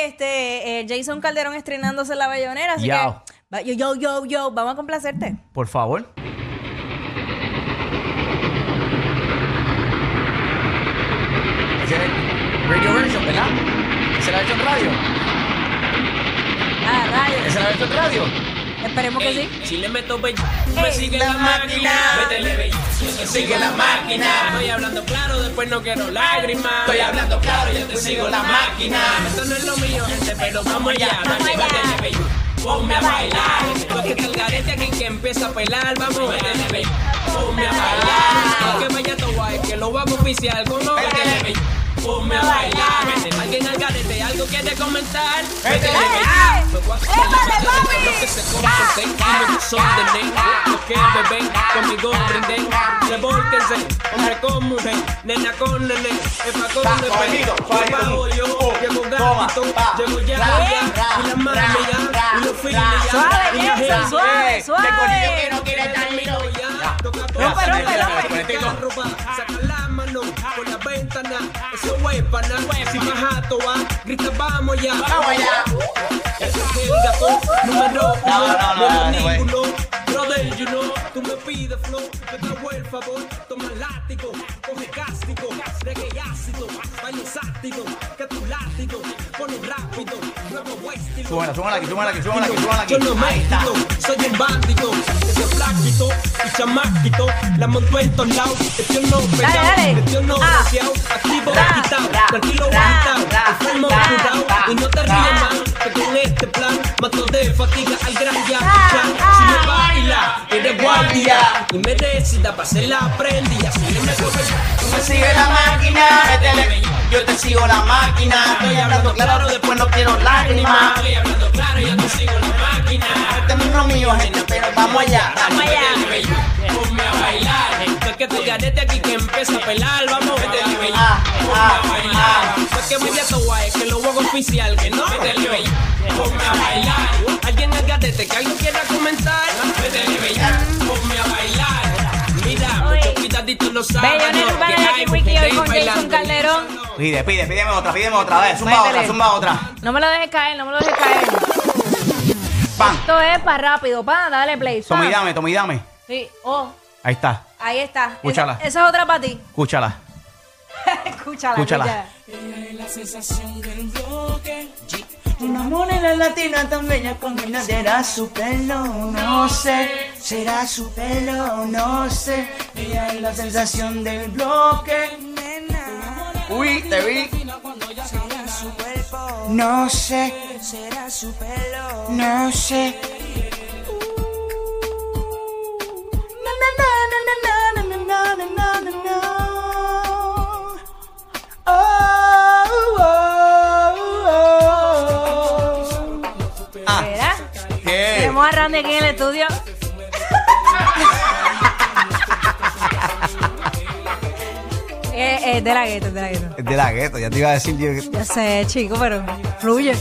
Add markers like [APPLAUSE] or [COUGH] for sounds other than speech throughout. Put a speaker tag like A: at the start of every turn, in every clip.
A: este, eh, Jason Calderón estrenándose la bayonera. Así
B: Yao.
A: que, va- yo, yo, yo, yo, vamos a complacerte.
B: Por favor.
C: Ese era el radio version, ¿verdad? Esa es la versión radio.
A: Ah,
C: Esa
A: rayos.
C: es la versión radio.
A: Esperemos que sí.
D: Si le meto bello,
A: Ey.
D: me sigue la máquina. Métele bello, me sigue la máquina. Estoy hablando claro, después no quiero lágrimas. Estoy hablando claro, yo te sigo la máquina. Esto no es lo mío, gente, pero vamos allá. Dale, métele bello, ponme a bailar. Porque está el garete este aquí que empieza a pelar. Vamos, métele bello, ponme a bailar. Que vaya todo guay, que lo vamos a oficial. Como métele bello, ponme a bailar. Alguien al garete, algo quiere comentar. Métele
A: ¡Ay!
D: bello, me voy a
A: ¡Épale,
D: comer
A: Ah.
D: la
A: papi!
D: cabeza, no que se come con seis kilos, son de ley. Lo que bebé, conmigo brindé. Revólquense, hombre con mujer, nena con nene, es pa' con
C: Está
D: nene.
C: cogido, cogido.
D: Llego yo,
C: Oh,
D: llego
C: toma,
D: gatito,
C: pa,
D: llego ya,
C: ra,
D: ya, y la madre
C: ra,
D: ya, y los
C: ra,
D: fines ya,
A: Suave,
D: y la
A: Nelson,
D: gente
A: suave, suave.
C: no
D: quiere estar lindo ya. Toca
A: Rompe,
D: todo,
A: rompe,
D: saca
A: rompe.
D: la ropa, pues, saca la mano
C: Ah.
D: por la ventana. Eso es pana, si baja toa, grita vamos ya.
C: Vamos allá.
D: Eso es el gato número uno.
C: No, no, no,
D: Nuevo
C: no, güey.
D: ninguno. Brother, you know, tú me pides flow, yo te hago el favor. Toma látigo, coge cástico, reggae ácido, baño sático, que tu látigo, pone rápido, nuevo huéstico.
B: Súbala, súbala aquí, súbala aquí, súbala aquí, súbala aquí.
D: Yo no me
B: Ahí está.
D: quito, soy un bandido, ese flaquito y chamaquito, la monto en todos lados, este no
A: dale.
D: pegado, este no
A: Ah.
D: vaciado, activo,
A: Ra,
D: quitado,
A: ra,
D: tranquilo,
A: ra,
D: quitado,
A: ra,
D: enfermo,
A: ra,
D: curado,
A: ra,
D: y no te
A: ra.
D: ríes más, que con este plan, mato de fatiga al gran ya,
A: Ah,
D: ya, si me baila, eres guardia, y me decida para ser la prendida, si le me
C: Tú me sigues la máquina, métele, yo te sigo la máquina. Estoy hablando claro, después no quiero lágrimas.
D: estoy hablando claro, yo te sigo la máquina.
C: Este es mi mío, gente, pero vamos allá.
D: Vamos allá. Ponme a bailar. Fue que tu garete aquí que empieza a pelar. Vamos, métele bello.
C: Ah,
D: Ponme
C: ah,
D: a bailar. Fue que me tu guay, que lo hago oficial. Que no, métele bello. Ponme a bailar. Alguien al garete que algo quiera comentar. Métele bello. Ponme a bailar. Mira, mucho
A: Oye.
D: cuidadito los sábados.
A: Bayonera Urbana
D: que
A: de
D: hay
A: Jackie Wiki hoy
D: mujeres
A: con Jason
D: bailando.
A: Calderón.
B: Pide, pide, pídeme otra, pídeme otra. Dale, zumba
A: Métele.
B: otra, zumba otra.
A: No me lo dejes caer, no me lo dejes caer.
B: Pam.
A: Esto es para rápido, pa, dale play. pa.
B: Tommy, dame, Tommy, dame.
A: Sí, oh,
B: Ahí está.
A: ahí está.
B: Escúchala.
A: Esa, esa es otra para ti. [LAUGHS]
B: Escúchala.
A: Escúchala.
B: Escúchala.
E: Una moneda latina tan bella combina. Será su pelo, no sé. Será su pelo, no sé. Ella es la sensación del bloque.
C: Uy, te vi.
E: No sé. Será su pelo, no sé. Na, na, na, na, na, na, na, na, na, na. Oh, oh, oh.
C: Ah,
A: ¿Verdad?
C: ¿qué?
A: Tenemos a Randy aquí en el estudio. eh, eh, de la gueto, es de la gueto.
B: Es de la gueto, ya te iba a decir yo. que-
A: Ya sé, chico, pero fluye.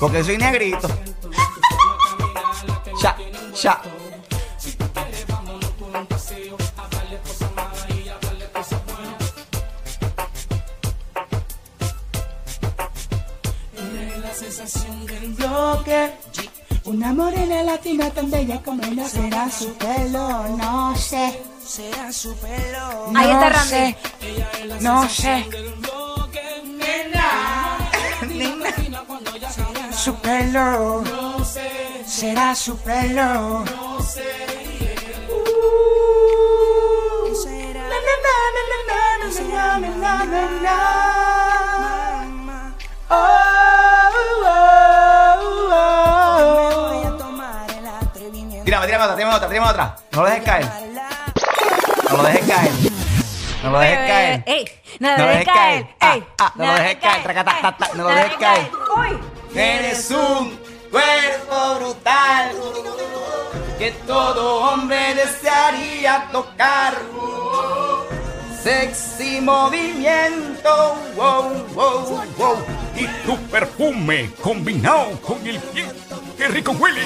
B: Porque soy negrito. Cha, cha.
E: bloque. Una morena latina tan bella como ella será su pelo, no sé. Será su pelo.
A: Ahí está Randy.
E: No sé. [LAUGHS] Nena. Su pelo. Será su pelo. Uh. Na, na, na, na, na, na, na, na, na, na. Oh, oh, oh, oh.
B: Tírame, tírame otra, tírame otra, tírame otra. No lo dejes caer. No lo dejes caer. No lo dejes caer.
A: Eh, Ey, no lo dejes caer.
B: Ah,
A: Ey,
B: ah, no lo dejes caer. Traca, ta, ta, ta, no lo dejes caer.
A: Uy.
C: Eres un cuerpo brutal que todo hombre desearía tocar. Sexy movimiento, wow, wow, wow.
F: y tu perfume combinado con el pie. ¡Qué rico huele!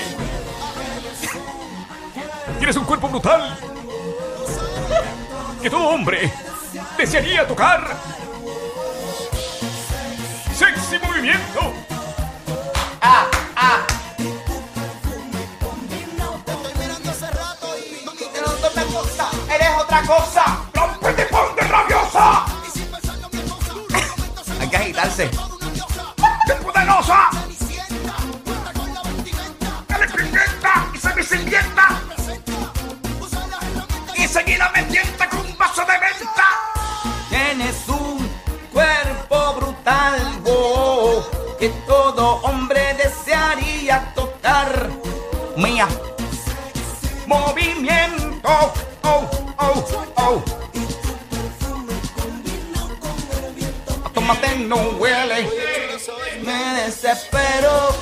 F: Tienes un cuerpo brutal que todo hombre desearía tocar. Sexy movimiento
C: ah, ah. Eres otra cosa.
F: ¡Rompete, ponte rabiosa!
B: Hay que agitarse.
F: ¡Qué poderosa! ¡Dale pimienta y se me sinienta! Y seguida me tienta con un vaso de venta.
C: Tienes un cuerpo brutal, wow, que todo hombre desearía tocar. Mía,
F: Movimiento, oh, oh, oh. A tomate no huele.
C: me desespero.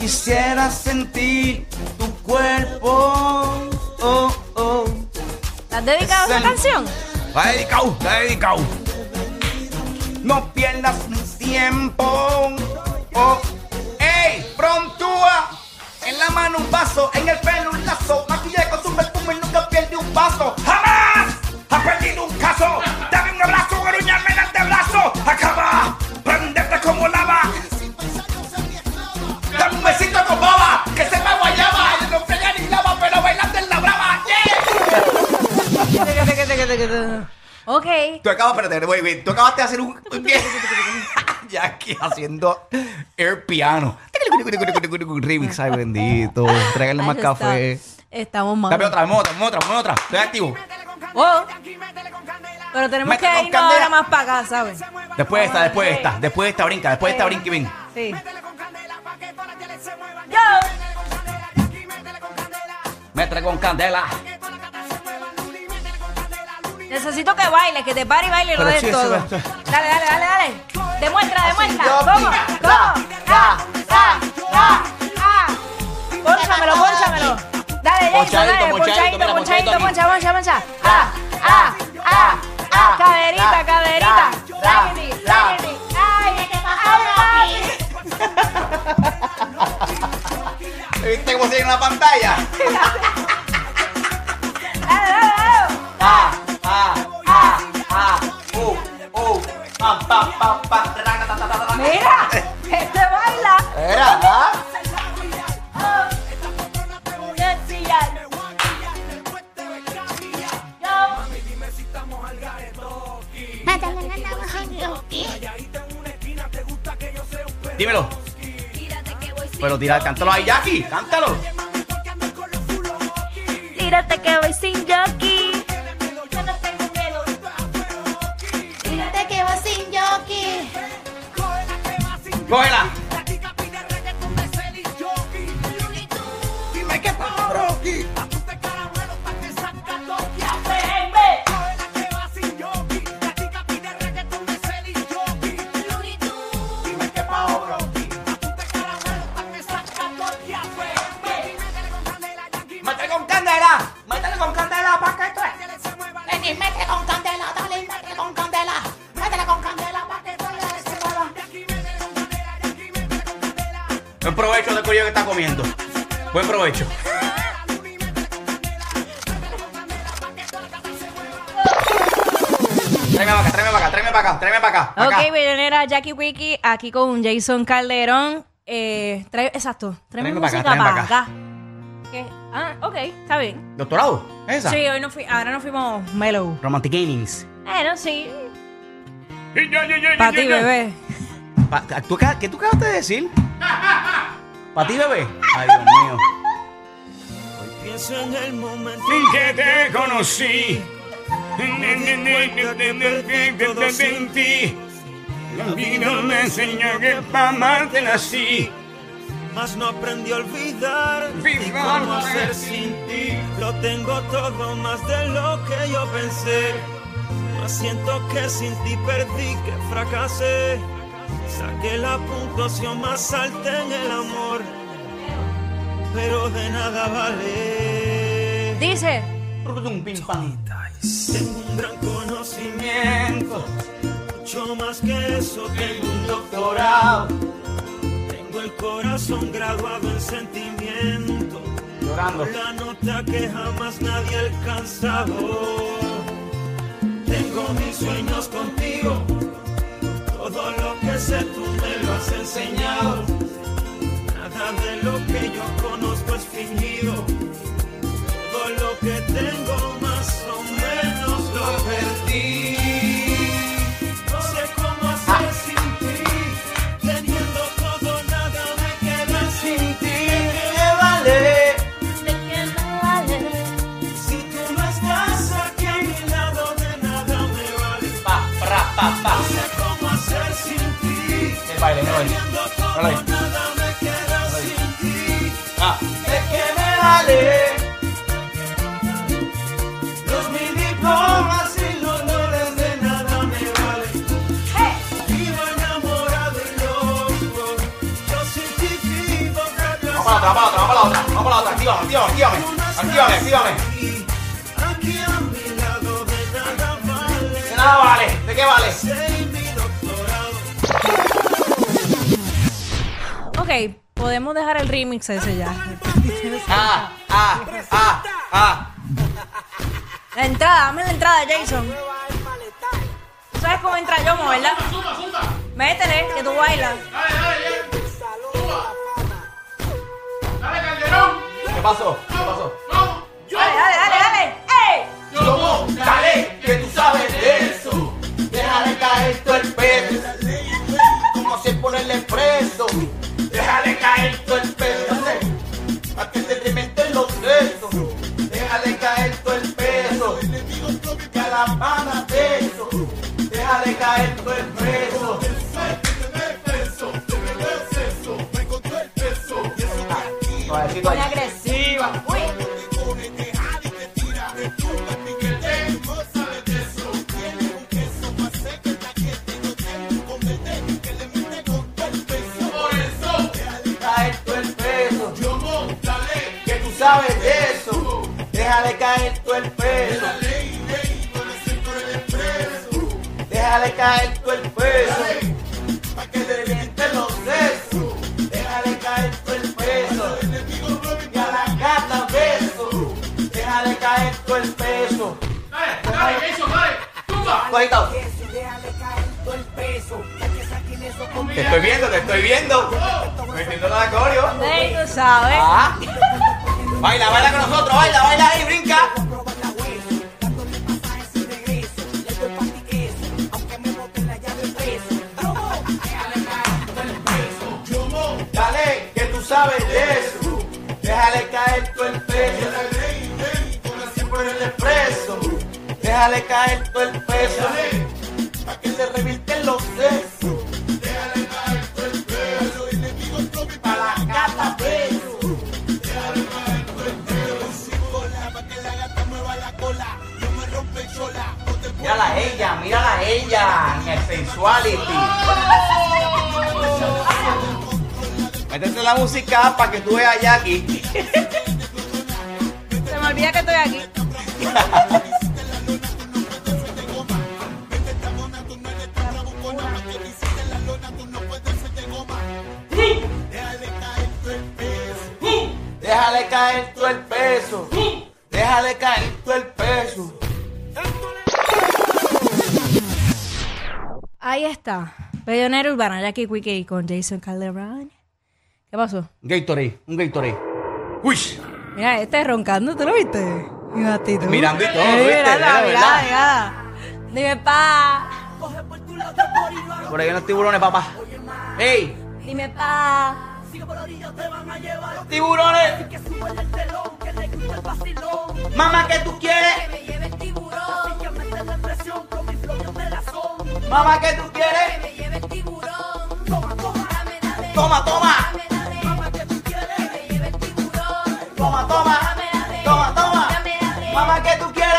C: Quisiera sentir tu cuerpo. Oh, oh.
A: ¿Estás dedicado a esa canción?
F: La he dedicado, la he dedicado.
C: No pierdas el tiempo. Oh, ey, prontúa. En la mano un vaso, en el pelo un lazo. Maquillaje consume el fumo y nunca pierde un paso.
F: ¡Jamás! ¡Ha perdido un caso! ¡Dame un abrazo, gruñame en el antebrazo! ¡Acaba! ¡Prendete como lava!
C: Dame un besito con baba, que sepa guayaba. Y no frega ni lava, pero bailando en la brava. Yeah.
A: Ok.
B: Tú acabas, espérate, güey, güey, tú acabaste de hacer un. [LAUGHS] Jackie haciendo air piano. Remix, ay bendito. Tráiganle
A: Ay,
B: más
A: está-
B: café.
A: Estamos mal.
B: Dame otra, dame otra, dame otra, dame otra. Estoy activo.
A: Oh. Pero tenemos
B: Métele
A: que
B: con
A: irnos ahora
B: candela.
A: más para acá, ¿sabes?
B: Después de esta, después de esta, después de esta brinca, después de esta brinca y ven.
A: Sí.
B: Métele con candela.
A: Necesito que bailes, que te pare y baile lo
B: Pero
A: de
B: sí, eso
A: todo.
B: va a
A: Dale,
B: estar-
A: dale, dale, dale. Demuestra, demuestra. ¿Cómo?
C: ra,
A: ¿Cómo? Ah, ah, ah, ah. Pónchamelo, pónchamelo. Dale, Jason, dale.
C: Ponchadito, ponchadito,
A: Ponchadito, ponchadito,
C: mira, ponchadito
A: poncha, poncha, poncha. Ah, ah, ah, ah. Caderita, caderita.
C: ra,
A: Láguete,
C: ra.
A: láguete. Ay, ¿qué pasó,
B: ¿Viste cómo se en la pantalla?
A: papi? Dale, dale, dale.
C: Ah, ah, ah, ah. Uh, uh. Pa, pa, pa, pa. Raca, ta, ta, ta, ta, ta.
A: Mira, este baila.
B: Era, ¿ah? Dímelo. Pero tira, cántalo ahí, Jackie, cántalo.
A: Tírate que voy sin jockey.
G: Te quedo sin jockey.
B: Cógela.
G: pues,
C: Métele con candela, métele con candela, pa' que esto es.
G: Vení, mete con candela, dale, mete con candela. Métele con candela pa' que todo se mueva.
B: Buen provecho de cuello que está comiendo. Buen provecho. Tráeme para acá, tráeme para acá, tráeme para acá, tráeme para acá. pa' acá.
A: Ok, millonera Jackie Wiki, aquí con Jason Calderón. Eh, trae, exacto, traeme
B: Tráeme pa' acá,
A: música
B: tráeme
A: para
B: pa'
A: acá. ¿Qué? Ah, ok, está bien.
B: Doctorado, esa.
A: Sí, hoy no fui, ahora nos fuimos mellow.
B: Romantic Gamings.
A: Bueno, sí.
F: Y ya, ya, ya,
A: Para
F: ya,
A: ti,
F: ya.
A: bebé.
B: Pa- ¿tú acá- ¿Qué tú acabaste de decir? ¿Para ti, bebé? Ay, Dios mío.
F: que te conocí. Ne, ne, ne, ne, ne, ne, ne, ne, ne, en ti. La vida me enseñó que para amarte nací.
H: Más no aprendí a olvidar
F: Viva
H: y cómo
F: la
H: hacer
F: vida.
H: sin ti. Lo tengo todo más de lo que yo pensé. Mas siento que sin ti perdí, que fracasé. Saqué la puntuación más alta en el amor, pero de nada vale.
A: Dice,
H: Tengo un gran conocimiento, mucho más que eso, tengo un doctorado. Tengo el corazón graduado en sentimiento,
B: Llorando.
H: la nota que jamás nadie ha alcanzado. Tengo mis sueños contigo, todo lo que veces tú me lo has enseñado. Nada de lo que yo conozco es fingido. Todo lo que tengo más o menos lo perdí. No sé cómo hacer sin ti. Teniendo todo, nada me queda sin ti. ¿Qué vale? Si tú no estás aquí a mi lado, de nada me vale. No sé cómo hacer sin ti. Teniendo todo, nada me queda sin ti. ¿De qué me vale? Los mil diplomas y los honores de nada me vale. Vivo enamorado y loco. Yo sin ti vivo
C: Vamos a la otra, vamos a la
H: fracasado.
C: otra, vamos a la otra, vamos a la otra, actívame, actívame, actívame,
H: Tú no estás
C: actívame, actívame.
H: aquí, Aquí a mi lado de nada vale.
C: De nada vale, ¿de qué vale?
H: Sé mi doctorado.
I: Ok, podemos dejar el remix ese ya.
C: Ah, ah, ah, ah.
I: La entrada, dame la entrada, Jason. Tú sabes cómo entra Yomo, ¿verdad? Métele, que tú bailas.
C: ¿Qué pasó? ¿Qué pasó?
I: Dale, dale, dale, dale. ¡Ey!
C: Yo, dale, que tú sabes de eso. Déjale caer todo el peso. Como si ponerle preso. Déjale caer todo el peso. A que te trementen los besos. Déjale caer todo el peso. Que a la pana de eso. Déjale caer todo el peso. Suavecito ahí.
A: Muy agresiva. Uy.
C: caer todo el peso. Yo que tú sabes de eso. Déjale caer todo el peso. Déjale caer todo el peso. Pa' que te revienten los sesos. Déjale caer todo el peso. Y a la gata beso. Déjale caer todo el peso. Dale, dale, eso, dale. Tumba. Te estoy viendo, te estoy viendo. Me entiendo la acorio.
I: Ey, tú sabes.
C: Ah. [LAUGHS] Baila, baila con nosotros, baila, baila ahí, brinca. Dale, que tú sabes de eso. Déjale caer todo el peso. por el expreso. Déjale caer todo el peso. Pa' que se revirten los sesos. Déjale caer todo el peso. Y le digo todo pa' la gata pues". peso. Déjale caer todo el peso. Sin cola, pa' que la gata mueva la cola. No me rompe chola. Mírala a ella, mírala a ella. En el sensuality. Métete la música para que tú veas a Jackie.
I: Se me olvida que estoy aquí.
C: Déjale caer todo el peso. Déjale caer todo el peso.
I: Ahí está. Bellonera Urbana, Jackie Quickie con Jason Calderón. ¿Qué pasó?
B: Gatorade, un Gatorade. Uy,
I: Mira, este roncando, ¿tú lo viste? Mi gatito.
B: mirando y todo,
I: Ey,
B: ¿viste?
I: mira,
B: Mira,
I: mira,
B: ¿verdad?
I: mira. Dime pa,
B: Por ahí en los tiburones, papá. ¡Ey!
I: dime pa.
C: ¡Tiburones! Mamá, ¿qué tú quieres? Mamá, ¿qué tú quieres? Toma, toma. Toma, toma. Toma, toma. Mamá, ¿qué tú quieres?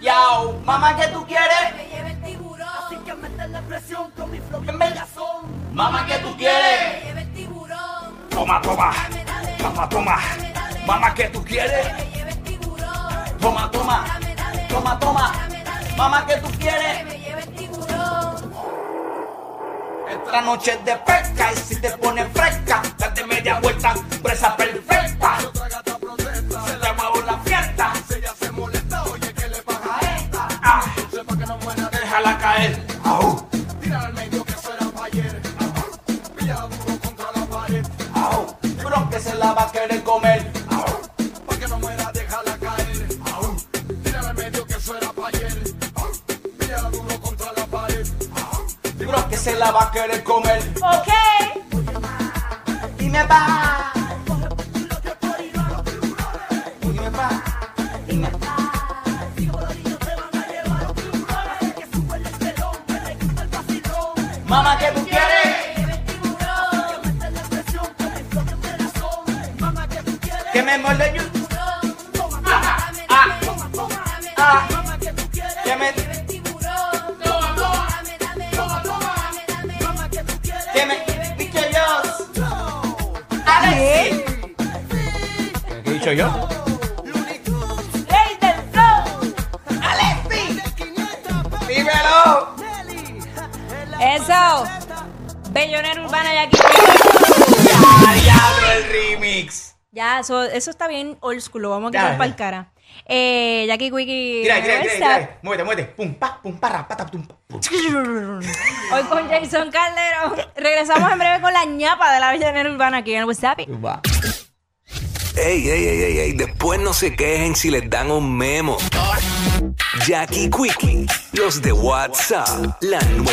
C: Yao. Mamá, ¿qué tú quieres? Mamá, ¿qué tú quieres? Toma, toma. Toma, toma. Mamá, ¿qué tú quieres? Toma, toma. Toma, toma. Mamá, ¿qué tú quieres? Esta noche es de pesca y si te pones fresca, date media vuelta, presa perfecta. Se te acabó la fiesta. Si ella se molesta, oye, ¿qué le pasa a esta? Ah, sepa que no muera, déjala caer. Au. Tírala al medio que será para ayer. Au. Píllala duro contra la pared. Au. Bro, que se la va a querer comer. Au. Pa' que no muera, déjala caer. Au. Tírala al medio que eso era pa' ayer. Au. Píllala duro contra la pared. Au. Bro, que se la va a querer comer.
J: Ok.
C: Y me va. Y me va. Y me va. Mamá, ¿qué tú quieres? Que me muerde yo. Ah, que me, que me, y que Dios. Alex.
K: ¿Qué he dicho yo?
J: Rey del flow.
C: Dímelo.
A: Eso. Bellonera urbana ya aquí.
K: ¡Ah, diablo, el remix!
A: Ya, eso, eso está bien old school, lo vamos a
K: Ya,
A: quitar
K: ya.
A: para el cara. Eh, Jackie Wiki.
K: Mira, mira, mira,
A: Reversa.
K: mira. Muévete, muévete. Pum, pa, pum, pa, ra, pa, ta, pum, pa, pum.
A: Hoy con Jason Calderón. Regresamos en breve con la ñapa de la Bellonera urbana aquí en el WhatsApp.
K: Va.
H: Ey, ey, ey, ey, ey, después no se quejen si les dan un memo. Jackie Quickie, los de WhatsApp, la nueva.